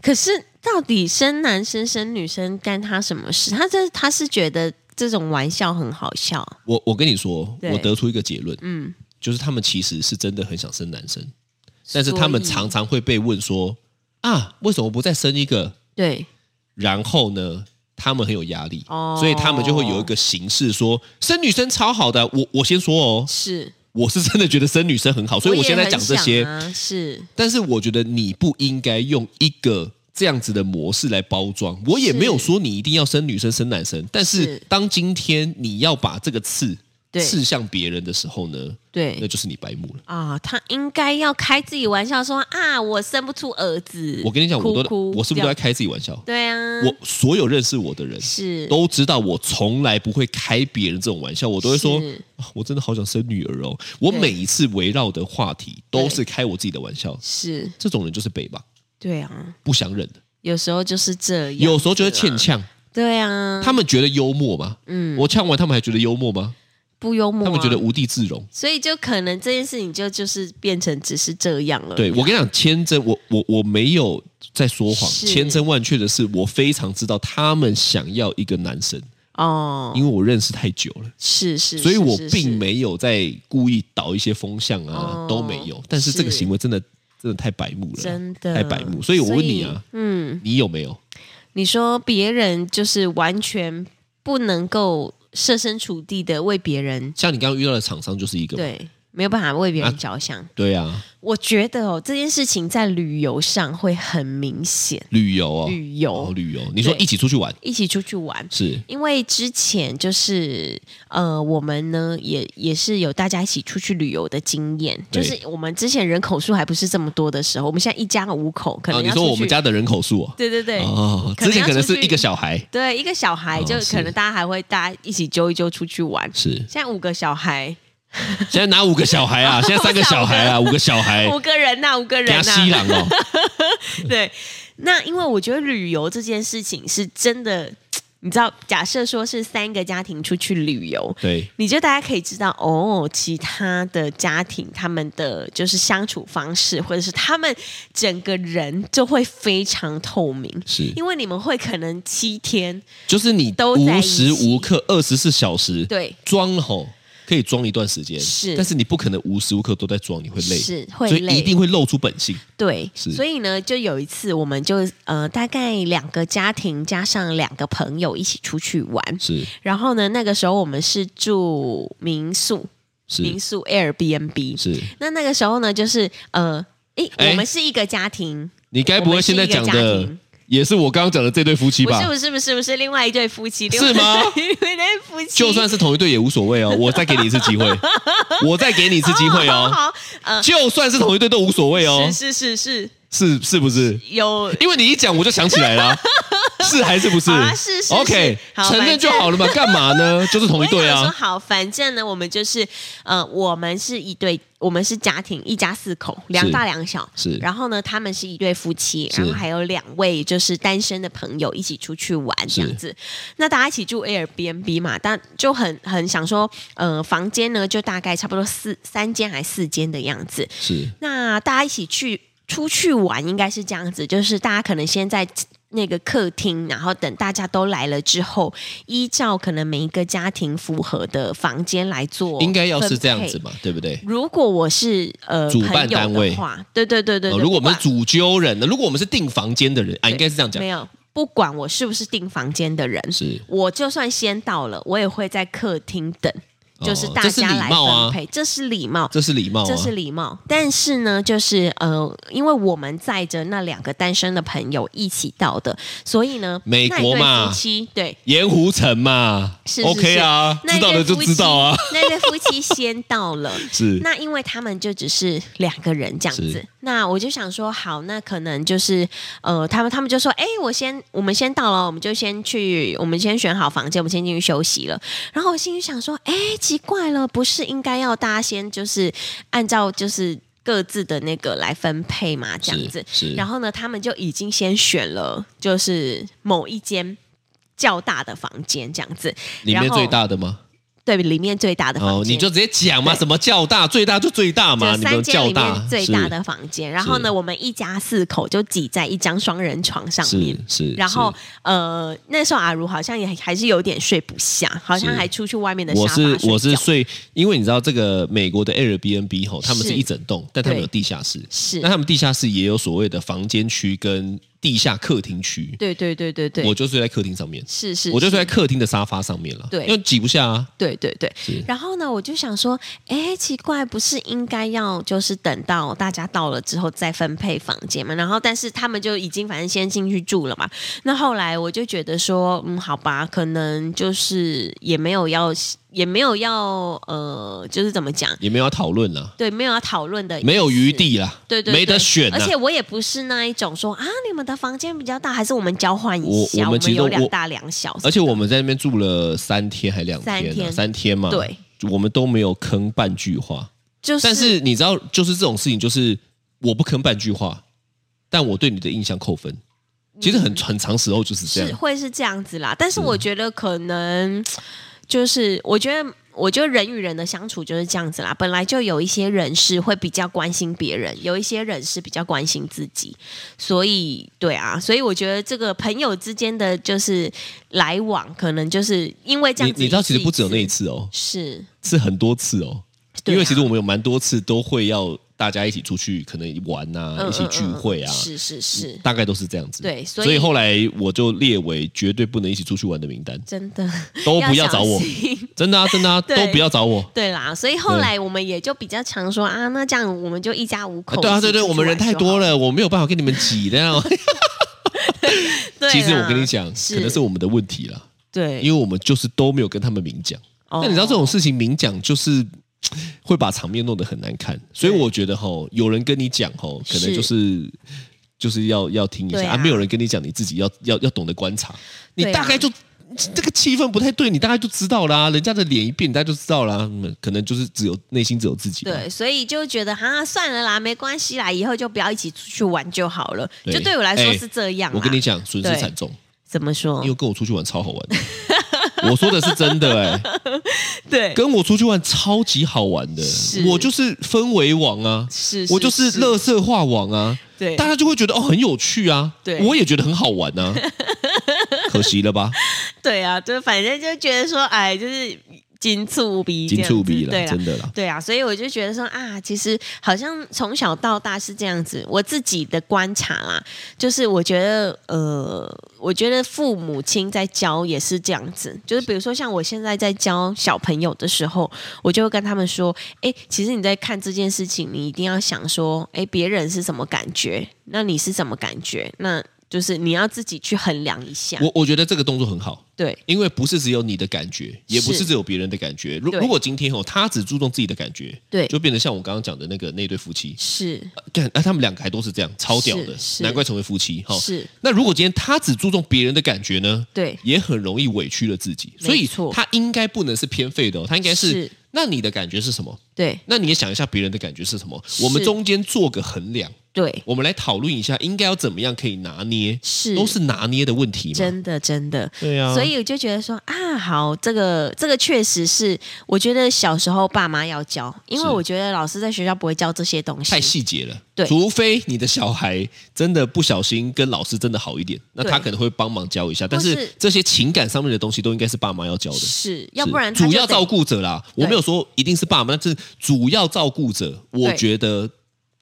Speaker 2: 可是到底生男生生女生干他什么事？他这他是觉得这种玩笑很好笑，
Speaker 3: 我我跟你说，
Speaker 2: 对
Speaker 3: 我得出一个结论，
Speaker 2: 嗯，
Speaker 3: 就是他们其实是真的很想生男生，但是
Speaker 2: 所以
Speaker 3: 他们常常会被问说啊，为什么不再生一个？
Speaker 2: 对
Speaker 3: 然后呢，他们很有压力，
Speaker 2: 哦
Speaker 3: 所以他们就会有一个形式说生女生超好的。啊我我先说哦，
Speaker 2: 是，
Speaker 3: 我是真的觉得生女生很好，所以我
Speaker 2: 也
Speaker 3: 现在
Speaker 2: 很
Speaker 3: 讲这些。
Speaker 2: 想啊、是
Speaker 3: 但是我觉得你不应该用一个这样子的模式来包装。我也
Speaker 2: 是
Speaker 3: 没有说你一定要生女生生男生，但是
Speaker 2: 是
Speaker 3: 当今天你要把这个刺
Speaker 2: 对
Speaker 3: 刺向别人的时候呢，那
Speaker 2: 对
Speaker 3: 就是你白目了。
Speaker 2: 啊、他应该要开自己玩笑说啊，我生不出儿子。
Speaker 3: 我跟你讲，我都
Speaker 2: 哭哭
Speaker 3: 我是不是都在
Speaker 2: 这样
Speaker 3: 开自己玩笑？
Speaker 2: 对啊？
Speaker 3: 我所有认识我的人
Speaker 2: 是
Speaker 3: 都知道，我从来不会开别人这种玩笑，我都会说
Speaker 2: 是
Speaker 3: 啊，我真的好想生女儿哦。我
Speaker 2: 对
Speaker 3: 每一次围绕的话题都
Speaker 2: 对
Speaker 3: 是开我自己的玩笑，
Speaker 2: 是，
Speaker 3: 这种人就是北吧，
Speaker 2: 对啊，
Speaker 3: 不想忍的，
Speaker 2: 有时候就是这样，
Speaker 3: 有时候就会欠
Speaker 2: 强。
Speaker 3: 呛。
Speaker 2: 对啊，
Speaker 3: 他们觉得幽默吗？
Speaker 2: 嗯
Speaker 3: 我呛完他们还觉得幽默吗？
Speaker 2: 不幽默、啊，
Speaker 3: 他们觉得无地自容。
Speaker 2: 所以就可能这件事情就就是变成只是这样了。
Speaker 3: 对我跟你讲，千真我我我没有在说谎，
Speaker 2: 是
Speaker 3: 千真万确的是，我非常知道他们想要一个男生，
Speaker 2: 哦，
Speaker 3: 因为我认识太久了。
Speaker 2: 是是，
Speaker 3: 所以我
Speaker 2: 是是
Speaker 3: 并
Speaker 2: 是
Speaker 3: 没有在故意导一些风向啊，
Speaker 2: 哦
Speaker 3: 都没有。但是这个
Speaker 2: 是
Speaker 3: 行为真的真的太白目了，
Speaker 2: 真的
Speaker 3: 太白目。所以我问
Speaker 2: 所
Speaker 3: 你
Speaker 2: 以
Speaker 3: 啊，
Speaker 2: 嗯，
Speaker 3: 你有没有？
Speaker 2: 你说别人就是完全不能够设身处地的为别人，
Speaker 3: 像你刚刚遇到的厂商就是一个嘛，
Speaker 2: 对没有办法为别人着想。
Speaker 3: 对啊，
Speaker 2: 我觉得哦，这件事情在旅游上会很明显。
Speaker 3: 旅游哦，
Speaker 2: 旅游
Speaker 3: 哦，旅游，你说
Speaker 2: 对
Speaker 3: 一起出去玩
Speaker 2: 一起出去玩，
Speaker 3: 是
Speaker 2: 因为之前就是呃，我们呢也也是有大家一起出去旅游的经验，就
Speaker 3: 对
Speaker 2: 是我们之前人口数还不是这么多的时候，我们现在一家五口可
Speaker 3: 啊？
Speaker 2: 能
Speaker 3: 你
Speaker 2: 要出去、
Speaker 3: 说我们家的人口数哦，
Speaker 2: 对对对。
Speaker 3: 哦，
Speaker 2: 可能
Speaker 3: 之前
Speaker 2: 要
Speaker 3: 可能
Speaker 2: 出
Speaker 3: 是
Speaker 2: 去
Speaker 3: 一个小孩，
Speaker 2: 对，一个小孩
Speaker 3: 哦
Speaker 2: 就是可能大家还会大家一起揪一揪出去玩。
Speaker 3: 是
Speaker 2: 现在五个小孩，
Speaker 3: 现在哪五个 小孩啊？现在三个小孩啊，五个小孩，
Speaker 2: 五个人呐、五个人啊
Speaker 3: 加西
Speaker 2: 呐、
Speaker 3: 郎哦，
Speaker 2: 对，那因为我觉得旅游这件事情是真的，你知道，假设说是三个家庭出去旅游，
Speaker 3: 对，
Speaker 2: 你就大家可以知道哦，其他的家庭他们的就是相处方式，或者是他们整个人就会非常透明，
Speaker 3: 是，
Speaker 2: 因为你们会可能七天
Speaker 3: 就是你
Speaker 2: 都在
Speaker 3: 无
Speaker 2: 一
Speaker 3: 时
Speaker 2: 起
Speaker 3: 无刻二十四小时
Speaker 2: 对
Speaker 3: 装吼。可以装一段时间，
Speaker 2: 是
Speaker 3: 但是你不可能无时无刻都在装，你会累，
Speaker 2: 是会
Speaker 3: 所以
Speaker 2: 累
Speaker 3: 一定会露出本性。
Speaker 2: 对，
Speaker 3: 是
Speaker 2: 所以呢，就有一次我们就呃大概两个家庭加上两个朋友一起出去玩，
Speaker 3: 是
Speaker 2: 然后呢，那个时候我们是住民宿，民
Speaker 3: 是
Speaker 2: 宿 Airbnb，
Speaker 3: 是，
Speaker 2: 那那个时候呢，就是呃，诶，
Speaker 3: 哎
Speaker 2: 我们是一个家庭，
Speaker 3: 你该不会现在讲
Speaker 2: 我们是一个家
Speaker 3: 的
Speaker 2: 庭
Speaker 3: 也是我刚刚讲的这对夫妻
Speaker 2: 不
Speaker 3: 吧
Speaker 2: 是？不是不是不是另外一对夫妻，
Speaker 3: 是吗
Speaker 2: 另 外一对夫妻，
Speaker 3: 就算是同一对也无所谓哦，我再给你一次 机会，我再给你一次机会
Speaker 2: 好
Speaker 3: 哦，
Speaker 2: 好，呃，
Speaker 3: 就算是同一对都无所谓哦，
Speaker 2: 是是是是
Speaker 3: 是是不是？
Speaker 2: 有。
Speaker 3: 因为你一讲我就想起 来了，是还是不是
Speaker 2: 好啊是是是
Speaker 3: o k
Speaker 2: 好
Speaker 3: 承认就好了嘛，干嘛 呢？就是同一对
Speaker 2: 我也想说
Speaker 3: 啊，
Speaker 2: 好，反正呢，我们就是呃，我们是一对，我们是家庭，一家四口，两大两小。
Speaker 3: 是
Speaker 2: 然后呢，他们是一对夫妻，
Speaker 3: 是
Speaker 2: 然后还有两位就是单身的朋友一起出去玩
Speaker 3: 是
Speaker 2: 这样子。那大家一起住 Airbnb 嘛，但就很很想说，呃，房间呢就大概差不多四三间还四间的样子。
Speaker 3: 是
Speaker 2: 那大家一起去出去玩，应该是这样子，就是大家可能先在那个客厅，然后等大家都来了之后，依照可能每一个家庭符合的房间来做，
Speaker 3: 应该要是这样子。嘛，对不对？
Speaker 2: 如果我是呃
Speaker 3: 主办单
Speaker 2: 朋友
Speaker 3: 位
Speaker 2: 的话，对对对对
Speaker 3: 哦
Speaker 2: 对
Speaker 3: 如果我们是
Speaker 2: 不管
Speaker 3: 主揪人呢，如果我们是订房间的人啊，应该是这样讲
Speaker 2: 没，有，不管我是不是订房间的人，
Speaker 3: 是
Speaker 2: 我就算先到了，我也会在客厅等，
Speaker 3: 哦
Speaker 2: 就是大
Speaker 3: 这是
Speaker 2: 家
Speaker 3: 礼
Speaker 2: 来
Speaker 3: 貌啊
Speaker 2: 分配，这是礼貌。
Speaker 3: 这是礼貌
Speaker 2: 这
Speaker 3: 啊
Speaker 2: 是，礼貌。但是呢，就是呃，因为我们载着那两个单身的朋友一起到的，所以呢，
Speaker 3: 美
Speaker 2: 那一
Speaker 3: 国
Speaker 2: 对
Speaker 3: 嘛
Speaker 2: 夫妻对。
Speaker 3: 盐湖城嘛
Speaker 2: 是是
Speaker 3: ，OK 啊，
Speaker 2: 那
Speaker 3: 知
Speaker 2: 一
Speaker 3: 道
Speaker 2: 对
Speaker 3: 的就
Speaker 2: 夫妻
Speaker 3: 知道啊，，
Speaker 2: 那一对夫妻先到了，
Speaker 3: 是
Speaker 2: 那因为他们就只是两个人这样子
Speaker 3: 是，
Speaker 2: 那我就想说，好，那可能就是呃，他们他们就说，哎、我先我们先到了，我们就先去，我们先选好房间，我们先进去休息了。然后我心里想说，哎、奇怪了，不是应该要大家先就是按照就是各自的那个来分配嘛，这样子。
Speaker 3: 是，
Speaker 2: 然后呢，他们就已经先选了，就是某一间较大的房间这样子，
Speaker 3: 里面
Speaker 2: 然后
Speaker 3: 最大的吗？
Speaker 2: 对里面最大的房间。
Speaker 3: 哦，你就直接讲嘛，
Speaker 2: 对
Speaker 3: 什么较大，最大就最大嘛，
Speaker 2: 就
Speaker 3: 你
Speaker 2: 三
Speaker 3: 们
Speaker 2: 间
Speaker 3: 较
Speaker 2: 里
Speaker 3: 大
Speaker 2: 面最大的房间，然后呢，我们一家四口就挤在一张双人床上
Speaker 3: 是
Speaker 2: 面。
Speaker 3: 是，是
Speaker 2: 然后呃，那时候阿如好像也还是有点睡不下，好像
Speaker 3: 是
Speaker 2: 还出去外面的沙
Speaker 3: 我
Speaker 2: 发睡
Speaker 3: 是
Speaker 2: 觉。
Speaker 3: 我是睡，因为你知道这个美国的 Airbnb 吼，他们是
Speaker 2: 是
Speaker 3: 一整栋，但他们
Speaker 2: 对
Speaker 3: 有地下室，
Speaker 2: 是
Speaker 3: 那他们地下室也有所谓的房间区跟地下客厅区，
Speaker 2: 对对对对对，
Speaker 3: 我就睡在客厅上面，
Speaker 2: 是是，
Speaker 3: 我就睡
Speaker 2: 是
Speaker 3: 在客厅的沙发上面了，
Speaker 2: 对
Speaker 3: 因为挤不下啊，
Speaker 2: 对对对
Speaker 3: 是。
Speaker 2: 然后呢，我就想说，哎，奇怪，不是应该要就是等到大家到了之后再分配房间嘛？然后，但是他们就已经反正先进去住了嘛。那后来我就觉得说，嗯，好吧，可能就是也没有要，也没有要，呃，就是怎么讲，
Speaker 3: 也没有要讨论啦，
Speaker 2: 对，没有要讨论的，
Speaker 3: 没有余。地啦，
Speaker 2: 对对对
Speaker 3: 没得选啊啦
Speaker 2: 而。且我也不是那一种说啊，你们的房间比较大，还是我们交换一
Speaker 3: 我
Speaker 2: 下？
Speaker 3: 我们其实
Speaker 2: 有
Speaker 3: 都
Speaker 2: 两
Speaker 3: 我
Speaker 2: 大两小，
Speaker 3: 而且我们在那边住了三天还两天、啊，
Speaker 2: 三天
Speaker 3: 三天嘛，
Speaker 2: 对，
Speaker 3: 我们都没有坑半句话。
Speaker 2: 就是
Speaker 3: 但是你知道，就是这种事情，就是我不坑半句话，但我对你的印象扣分。其实
Speaker 2: 嗯
Speaker 3: 很很长时候就是这
Speaker 2: 是
Speaker 3: 样，
Speaker 2: 会是这样子啦，但是我觉得可能就是，我觉得。我觉得人与人的相处就是这样子啦，本来就有一些人是会比较关心别人，有一些人是比较关心自己，所以对啊，所以我觉得这个朋友之间的就是来往，可能就是因为这
Speaker 3: 你
Speaker 2: 样子
Speaker 3: 你知道，其实不只有那一
Speaker 2: 次，
Speaker 3: 次哦，
Speaker 2: 是，
Speaker 3: 是很多次哦。
Speaker 2: 对啊
Speaker 3: 因为其实我们有蛮多次都会要大家一起出去可能玩啊，
Speaker 2: 嗯
Speaker 3: 一起
Speaker 2: 嗯
Speaker 3: 聚
Speaker 2: 嗯
Speaker 3: 会啊，
Speaker 2: 是是是，
Speaker 3: 大概都是这样子。
Speaker 2: 对所
Speaker 3: 所
Speaker 2: 以
Speaker 3: 后来我就列为绝对不能一起出去玩的名单，
Speaker 2: 真的
Speaker 3: 都哦不要找我
Speaker 2: 小，心
Speaker 3: 真的啊，真的啊，
Speaker 2: 对
Speaker 3: 都不要找我。
Speaker 2: 对啦，所以后来我们也就比较常说啊，那这样我们就一家五
Speaker 3: 啊
Speaker 2: 口。
Speaker 3: 对啊，对对，我们人太多
Speaker 2: 了。
Speaker 3: 了，我没有办法跟你们挤的啊。
Speaker 2: 对啦
Speaker 3: 其实我跟你讲，
Speaker 2: 是
Speaker 3: 可能是我们的问题啦，
Speaker 2: 对，
Speaker 3: 因为我们就是都没有跟他们明讲。
Speaker 2: 哦
Speaker 3: 那你知道这种事情明讲就是嘖会把场面弄得很难看，所以我觉得吼，有人跟你讲吼，可能
Speaker 2: 是
Speaker 3: 就是。就是要要听一
Speaker 2: 对
Speaker 3: 下
Speaker 2: 啊
Speaker 3: 没有人跟你讲，你自己要要要懂得观察，你
Speaker 2: 对啊
Speaker 3: 大概就、这个气氛不太对，你大概就知道啦，人家的脸一变，你大概就知道啦，嗯可能就是只有内心只有自己吧。
Speaker 2: 对，所以就觉得哈，算了啦，没关系啦，以后就不要一起出去玩就好了。
Speaker 3: 对
Speaker 2: 就对我来说
Speaker 3: 哎
Speaker 2: 是这样啦。
Speaker 3: 我跟你讲，损失
Speaker 2: 啊对哦
Speaker 3: 惨重。
Speaker 2: 怎么说
Speaker 3: 因？为跟我出去玩超好玩的。我说的是真的哎、
Speaker 2: 对，
Speaker 3: 跟我出去玩超级好玩的
Speaker 2: 是，
Speaker 3: 我就是氛围王啊，
Speaker 2: 是
Speaker 3: 我就是乐色化王啊，
Speaker 2: 对
Speaker 3: 大家就会觉得哦很有趣啊，
Speaker 2: 对
Speaker 3: 我也觉得很好玩 啊，可惜了吧，
Speaker 2: 对啊，就反正就觉得说，哎，就是金醋鼻，
Speaker 3: 金触笔
Speaker 2: 对
Speaker 3: 了，
Speaker 2: 啦。
Speaker 3: 真的啦，
Speaker 2: 对啊，所以我就觉得说啊，其实好像从小到大是这样子。我自己的观察啦，就是我觉得呃，我觉得父母亲在教也是这样子，就是比如说像我现在在教小朋友的时候，我就会跟他们说，哎，其实你在看这件事情，你一定要想说，哎，别人是什么感觉，那你是什么感觉，那就是你要自己去衡量一下。
Speaker 3: 我我觉得这个动作很好。
Speaker 2: 对，
Speaker 3: 因为不是只有你的感觉，也不
Speaker 2: 是
Speaker 3: 是只有别人的感觉。如
Speaker 2: 对
Speaker 3: 如果今天哦，他只注重自己的感觉，
Speaker 2: 对
Speaker 3: 就变得像我刚刚讲的那个那对夫妻，
Speaker 2: 是
Speaker 3: 干、啊，他们两个还都是这样，超屌的
Speaker 2: 是，是
Speaker 3: 难怪成为夫妻哈。
Speaker 2: 是，
Speaker 3: 那如果今天他只注重别人的感觉呢？
Speaker 2: 对
Speaker 3: 也很容易委屈了自己。所
Speaker 2: 没
Speaker 3: 以
Speaker 2: 错
Speaker 3: 他应该不能是偏废的、哦，他应该是
Speaker 2: 是
Speaker 3: 那你的感觉是什么？
Speaker 2: 对
Speaker 3: 那你也想一下别人的感觉是什么？
Speaker 2: 是
Speaker 3: 我们中间做个衡量，
Speaker 2: 对，
Speaker 3: 我们来讨论一下应该要怎么样可以拿捏，
Speaker 2: 是
Speaker 3: 都是拿捏的问题嘛。
Speaker 2: 真的真的。
Speaker 3: 对啊，
Speaker 2: 所以我就觉得说啊，好，这个这个确实是，我觉得小时候爸妈要教，因为
Speaker 3: 是
Speaker 2: 我觉得老师在学校不会教这些东
Speaker 3: 太
Speaker 2: 西。
Speaker 3: 细节了。
Speaker 2: 对
Speaker 3: 除非你的小孩真的不小心跟老师真的好一点，那
Speaker 2: 对
Speaker 3: 他可能会帮忙教一下。但
Speaker 2: 或是
Speaker 3: 是这些情感上面的东西都应该是爸妈要教的。
Speaker 2: 是，要不然
Speaker 3: 是
Speaker 2: 他
Speaker 3: 主
Speaker 2: 就
Speaker 3: 要
Speaker 2: 等
Speaker 3: 照顾者啦，
Speaker 2: 对
Speaker 3: 我没有说一定是爸妈，但是主要照顾者，我
Speaker 2: 对
Speaker 3: 觉得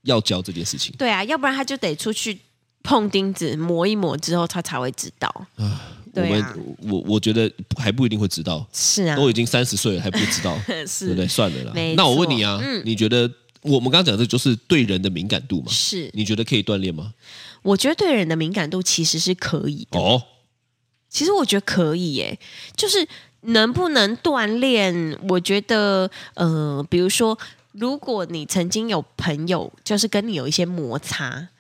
Speaker 3: 要教这件事情。
Speaker 2: 对啊，要不然他就得出去碰钉子磨一磨之后，他才会知道。
Speaker 3: 我
Speaker 2: 对啊，
Speaker 3: 们我我觉得还不一定会知道，
Speaker 2: 是啊，
Speaker 3: 都已经三十岁了还不 知道，对不
Speaker 2: 是
Speaker 3: 对？算了啦
Speaker 2: 没。
Speaker 3: 那我问
Speaker 2: 错
Speaker 3: 你啊
Speaker 2: 嗯，
Speaker 3: 你觉得我们刚刚讲的就是对人的敏感度嘛？
Speaker 2: 是，
Speaker 3: 你觉得可以锻炼吗？
Speaker 2: 我觉得对人的敏感度其实是可以的。
Speaker 3: 哦，
Speaker 2: 其实我觉得可以耶，就是能不能锻炼？我觉得，呃，比如说，如果你曾经有朋友就是跟你有一些摩擦，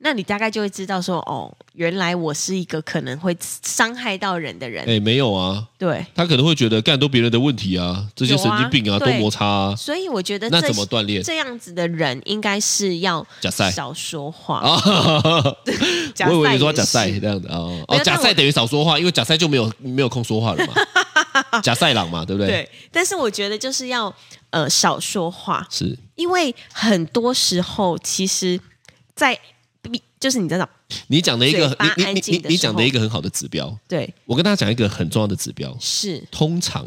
Speaker 2: 那你大概就会知道说，哦，原来我是一个可能会伤害到人的人，
Speaker 3: 哎，没有啊，
Speaker 2: 对。
Speaker 3: 他可能会觉得干都别人的问题啊，这些
Speaker 2: 有啊
Speaker 3: 神经病啊，都
Speaker 2: 对
Speaker 3: 摩擦啊，
Speaker 2: 所以我觉得
Speaker 3: 那
Speaker 2: 这
Speaker 3: 怎么锻炼？
Speaker 2: 这样子的人应该是要
Speaker 3: 假赛
Speaker 2: 少说话。
Speaker 3: 啊，
Speaker 2: 假
Speaker 3: 我以为
Speaker 2: 赛
Speaker 3: 你说
Speaker 2: 也
Speaker 3: 假赛
Speaker 2: 是
Speaker 3: 这样子哦，
Speaker 2: 没
Speaker 3: 哦
Speaker 2: 有，
Speaker 3: 假
Speaker 2: 但我
Speaker 3: 赛等于少说话，因为假赛就没有没有空说话了嘛， 假赛朗嘛，对不对？
Speaker 2: 对，但是我觉得就是要呃少说话，
Speaker 3: 是
Speaker 2: 因为很多时候，其实在，就是你知道，
Speaker 3: 你讲的一个
Speaker 2: 嘴，巴
Speaker 3: 你
Speaker 2: 安
Speaker 3: 你
Speaker 2: 静
Speaker 3: 你
Speaker 2: 的
Speaker 3: 你
Speaker 2: 时候
Speaker 3: 讲的一个很好的指标，
Speaker 2: 对，
Speaker 3: 我跟大家讲一个很重要的指标，
Speaker 2: 是，
Speaker 3: 通常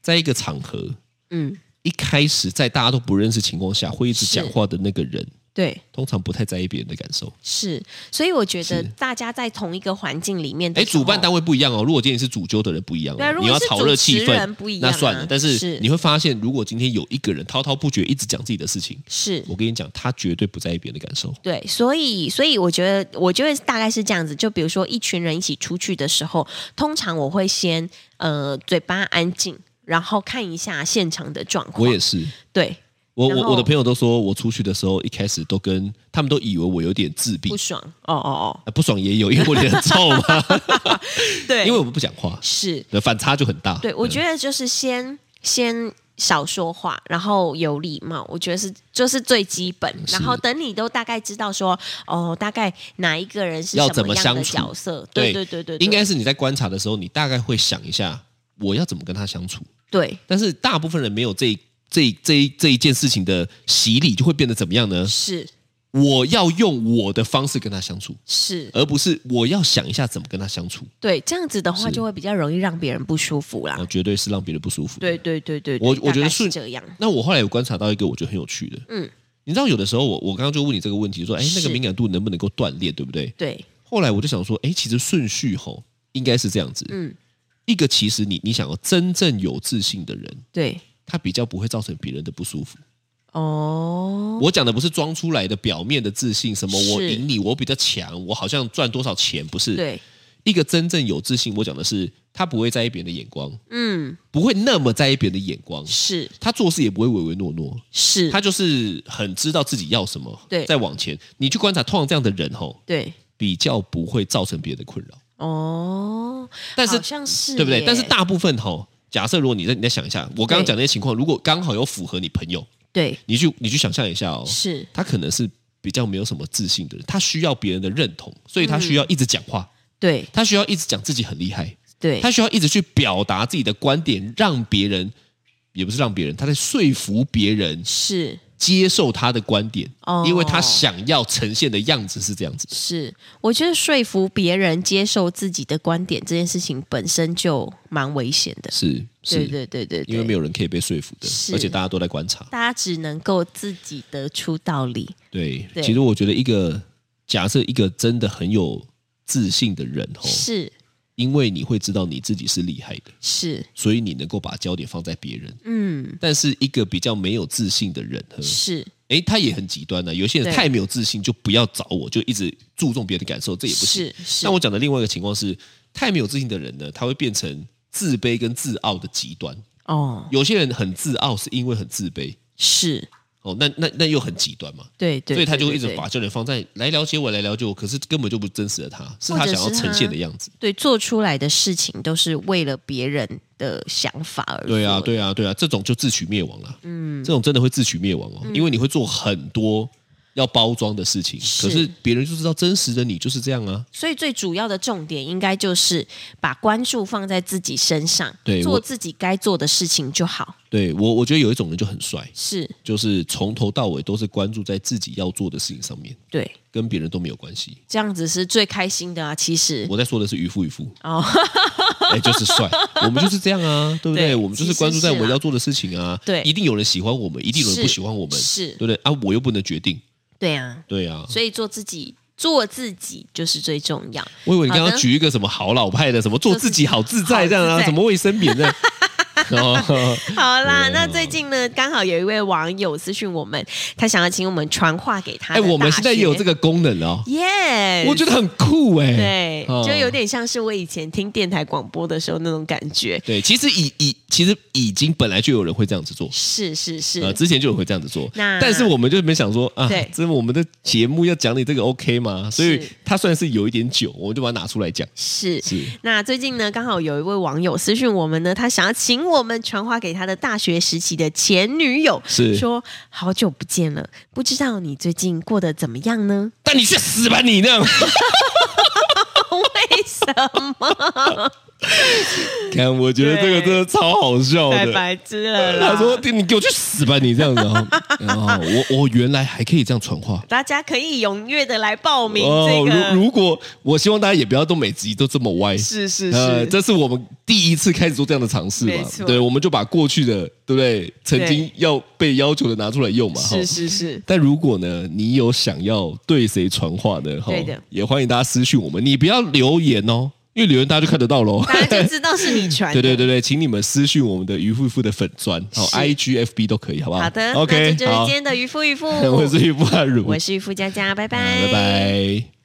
Speaker 3: 在一个场合，
Speaker 2: 嗯，
Speaker 3: 一开始在大家都不认识情况下，会一直
Speaker 2: 是
Speaker 3: 讲话的那个人，
Speaker 2: 对，
Speaker 3: 通常不太在意别人的感受。
Speaker 2: 是，所以我觉得
Speaker 3: 是
Speaker 2: 大家在同一个环境里面的
Speaker 3: 哎，
Speaker 2: 时候，
Speaker 3: 主办单位不一样哦。如果今天你是主揪的人不一样
Speaker 2: 对啊
Speaker 3: 哦，
Speaker 2: 如果
Speaker 3: 你要
Speaker 2: 是
Speaker 3: 炒热
Speaker 2: 主持
Speaker 3: 气
Speaker 2: 人
Speaker 3: 氛
Speaker 2: 不一样啊
Speaker 3: 那算了。但
Speaker 2: 是
Speaker 3: 是你会发现，如果今天有一个人滔滔不绝一直讲自己的事情，
Speaker 2: 是
Speaker 3: 我跟你讲，他绝对不在意别人的感受。
Speaker 2: 对，所以所以我觉得，我觉得大概是这样子。就比如说一群人一起出去的时候，通常我会先呃嘴巴安静，然后看一下现场的状况。
Speaker 3: 我也是，
Speaker 2: 对，
Speaker 3: 我
Speaker 2: 然后
Speaker 3: 我我的朋友都说我出去的时候，一开始都跟他们都以为我有点自闭
Speaker 2: 不，爽，哦哦
Speaker 3: 啊不爽也有，因为我脸很臭嘛，
Speaker 2: 哦， 对，
Speaker 3: 因为我不讲话，
Speaker 2: 是
Speaker 3: 对反差就很大。嗯
Speaker 2: 对，我觉
Speaker 3: 得
Speaker 2: 得就是先先少说话，然后有礼貌，我觉得是就是最基本。然后等你都大概知道说，哦，大概哪一个人是
Speaker 3: 要
Speaker 2: 什
Speaker 3: 怎么
Speaker 2: 样的
Speaker 3: 相处
Speaker 2: 角色，对对
Speaker 3: 对
Speaker 2: 对对，对
Speaker 3: 应该是你在观察的时候，你大概会想一下我要怎么跟他相处，
Speaker 2: 对
Speaker 3: 但是大部分人没有这这这一这一件事情的洗礼，就会变得怎么样呢？
Speaker 2: 是
Speaker 3: 我要用我的方式跟他相处，
Speaker 2: 是，
Speaker 3: 而不是我要想一下怎么跟他相处，
Speaker 2: 对这样子的话
Speaker 3: 是
Speaker 2: 就会比较容易让别人不舒服啦
Speaker 3: 然后。绝对是让别人不舒服的。
Speaker 2: 对对对对，
Speaker 3: 我
Speaker 2: 对
Speaker 3: 我觉
Speaker 2: 大概
Speaker 3: 得
Speaker 2: 是
Speaker 3: 顺
Speaker 2: 这样，
Speaker 3: 那我后来有观察到一个我觉得很有趣的，
Speaker 2: 嗯
Speaker 3: 嗯，你知道有的时候我我刚刚就问你这个问题，说哎那
Speaker 2: 是
Speaker 3: 个敏感度能不能够锻炼，对不对？
Speaker 2: 对，
Speaker 3: 后来我就想说，哎，其实顺序吼应该是这样子，
Speaker 2: 嗯，
Speaker 3: 一个其实你你想要真正有自信的人，
Speaker 2: 对，
Speaker 3: 他比较不会造成别人的不舒服。
Speaker 2: 哦，
Speaker 3: 我讲的不是装出来的表面的自信，什么
Speaker 2: 是
Speaker 3: 我赢你，我比较强，我好像赚多少钱，不是？
Speaker 2: 对，
Speaker 3: 一个真正有自信，我讲的是他不会在意别人的眼光，
Speaker 2: 嗯，
Speaker 3: 不会那么在意别人的眼光，
Speaker 2: 是
Speaker 3: 他做事也不会唯唯诺诺，
Speaker 2: 是，
Speaker 3: 他就是很知道自己要什么，
Speaker 2: 嗯对
Speaker 3: 再往前。你去观察，通常这样的人吼，
Speaker 2: 对，
Speaker 3: 比较不会造成别人的困扰，
Speaker 2: 哦，
Speaker 3: 但是
Speaker 2: 好像是
Speaker 3: 对不对？
Speaker 2: 耶
Speaker 3: 但是大部分吼，假设如果你再你再想一下，我刚刚讲那些情况，如果刚好有符合你朋友，
Speaker 2: 对
Speaker 3: 你去你去想象一下哦，
Speaker 2: 是
Speaker 3: 他可能是比较没有什么自信的人，他需要别人的认同，所以
Speaker 2: 嗯
Speaker 3: 他需要一直讲话，
Speaker 2: 对
Speaker 3: 他需要一直讲自己很厉害，
Speaker 2: 对，
Speaker 3: 他需要一直去表达自己的观点，让别人也不是让别人，他在说服别人
Speaker 2: 是
Speaker 3: 接受他的观点，
Speaker 2: 哦
Speaker 3: 因为他想要呈现的样子是这样子的。
Speaker 2: 是，我觉得说服别人接受自己的观点这件事情本身就蛮危险的。
Speaker 3: 是是，
Speaker 2: 对对对对对，
Speaker 3: 因为没有人可以被说服的，
Speaker 2: 是
Speaker 3: 而且大家都在观察。
Speaker 2: 大家只能够自己得出道理。
Speaker 3: 对，
Speaker 2: 对
Speaker 3: 其实我觉得一个假设一个真的很有自信的人哦，
Speaker 2: 是
Speaker 3: 因为你会知道你自己是厉害的，
Speaker 2: 是，
Speaker 3: 所以你能够把焦点放在别人。
Speaker 2: 嗯，
Speaker 3: 但是一个比较没有自信的人，呵
Speaker 2: 是
Speaker 3: 诶，他也很极端的、啊有些人
Speaker 2: 对
Speaker 3: 太没有自信，就不要找我，就一直注重别人的感受，这也不行。
Speaker 2: 是是
Speaker 3: 那我讲的另外一个情况是，太没有自信的人呢，他会变成自卑跟自傲的极端。
Speaker 2: 哦，
Speaker 3: 有些人很自傲，是因为很自卑。
Speaker 2: 是
Speaker 3: 哦，那那那又很极端嘛，
Speaker 2: 对对，
Speaker 3: 所以他
Speaker 2: 对
Speaker 3: 就
Speaker 2: 对
Speaker 3: 一直
Speaker 2: 对
Speaker 3: 把焦点放在来了解我，来了解我，可是根本就不是真实的他，是他
Speaker 2: 或者
Speaker 3: 想要
Speaker 2: 是
Speaker 3: 呈现
Speaker 2: 他
Speaker 3: 的样子。
Speaker 2: 对做出来的事情都是为了别人的想法而
Speaker 3: 对啊，
Speaker 2: 做
Speaker 3: 对啊，对啊，这种就自取灭亡了。嗯，这种真的会自取灭亡哦，
Speaker 2: 嗯
Speaker 3: 因为你会做很多要包装的事情，
Speaker 2: 是
Speaker 3: 可是别人就知道真实的你就是这样啊。
Speaker 2: 所以最主要的重点应该就是把关注放在自己身上，
Speaker 3: 对
Speaker 2: 做
Speaker 3: 我
Speaker 2: 自己该做的事情就好。
Speaker 3: 对我，我觉得有一种人就很帅，
Speaker 2: 是
Speaker 3: 就是从头到尾都是关注在自己要做的事情上面，
Speaker 2: 对，
Speaker 3: 跟别人都没有关系。
Speaker 2: 这样子是最开心的啊！其实
Speaker 3: 我在说的是渔夫，渔夫
Speaker 2: 哦，
Speaker 3: 哎，就是帅，我们就是这样啊，对不对？
Speaker 2: 对
Speaker 3: 我们就
Speaker 2: 其
Speaker 3: 是
Speaker 2: 实
Speaker 3: 关注在
Speaker 2: 是
Speaker 3: 我们
Speaker 2: 啦
Speaker 3: 要做的事情啊，
Speaker 2: 对
Speaker 3: 一定有人喜欢我们，一定有人不
Speaker 2: 是
Speaker 3: 喜欢我们，
Speaker 2: 是
Speaker 3: 对不对啊？我又不能决定，
Speaker 2: 对啊，
Speaker 3: 对啊。
Speaker 2: 所以做自己，做自己就是最重 要。
Speaker 3: 我以为你刚
Speaker 2: 好
Speaker 3: 刚
Speaker 2: 的
Speaker 3: 举一个什么好老派的，什么做自己好自在这样
Speaker 2: 好自
Speaker 3: 啊，
Speaker 2: 在
Speaker 3: 什么卫生 棉呢？哦，
Speaker 2: 好啦，
Speaker 3: 对
Speaker 2: 那
Speaker 3: 啊
Speaker 2: 最近呢，刚好有一位网友私讯我们，他想要请我们传话给他。
Speaker 3: 哎，我们现在也有这
Speaker 2: 个，
Speaker 3: 个功能哦，
Speaker 2: 耶、
Speaker 3: 我觉得很酷哎。
Speaker 2: 对，
Speaker 3: 哦
Speaker 2: 就有点像是我以前听电台广播的时候那种感觉。
Speaker 3: 对，其实已已其实已经本来就有人会这样子做。
Speaker 2: 是是是，
Speaker 3: 呃，之前就有人会这样子做，
Speaker 2: 那
Speaker 3: 但是我们就没想说啊
Speaker 2: 对，
Speaker 3: 这我们的节目要讲你这个 OK 吗？所以
Speaker 2: 是
Speaker 3: 它算是有一点久，我们就把它拿出来讲。
Speaker 2: 是
Speaker 3: 是
Speaker 2: 那最近呢，刚好有一位网友私讯我们呢，他想要请我们传话给他的大学时期的前女友，
Speaker 3: 是
Speaker 2: 说好久不见了，不知道你最近过得怎么样 呢？
Speaker 3: 但你去死吧你 那样！哦
Speaker 2: 为 什么？
Speaker 3: 看，我觉得这个真的超好笑
Speaker 2: 太
Speaker 3: 的。
Speaker 2: 白痴了啦！
Speaker 3: 他说：“你给我去死吧，你这样子。” 然后，然后我我原来还可以这样传话。
Speaker 2: 大家可以踊跃的来报名这个，
Speaker 3: 哦如如果我希望大家也不要都每集都这么歪。
Speaker 2: 是是是，
Speaker 3: 呃，这是我们第一次开始做这样的尝试
Speaker 2: 没
Speaker 3: 嘛
Speaker 2: 错？
Speaker 3: 对，我们就把过去的，对不对？曾经
Speaker 2: 对
Speaker 3: 要被要求的拿出来用嘛。哈
Speaker 2: 是是是，
Speaker 3: 但如果呢，你有想要对谁传话的，哈
Speaker 2: 对的
Speaker 3: 也欢迎大家私讯我们。你不要留言哦，因为留言大家就看得到喽。
Speaker 2: 大家就知道是你传
Speaker 3: 对
Speaker 2: 的。
Speaker 3: 对对对，请你们私讯我们的渔夫渔夫的粉砖，好
Speaker 2: 是
Speaker 3: ，I G F B 都可以，好不好？
Speaker 2: 好的那
Speaker 3: ，OK，
Speaker 2: 这就是
Speaker 3: 好
Speaker 2: 今天的渔夫渔夫，
Speaker 3: 我是渔夫阿如，
Speaker 2: 我是渔夫佳佳，拜拜，
Speaker 3: 啊拜拜。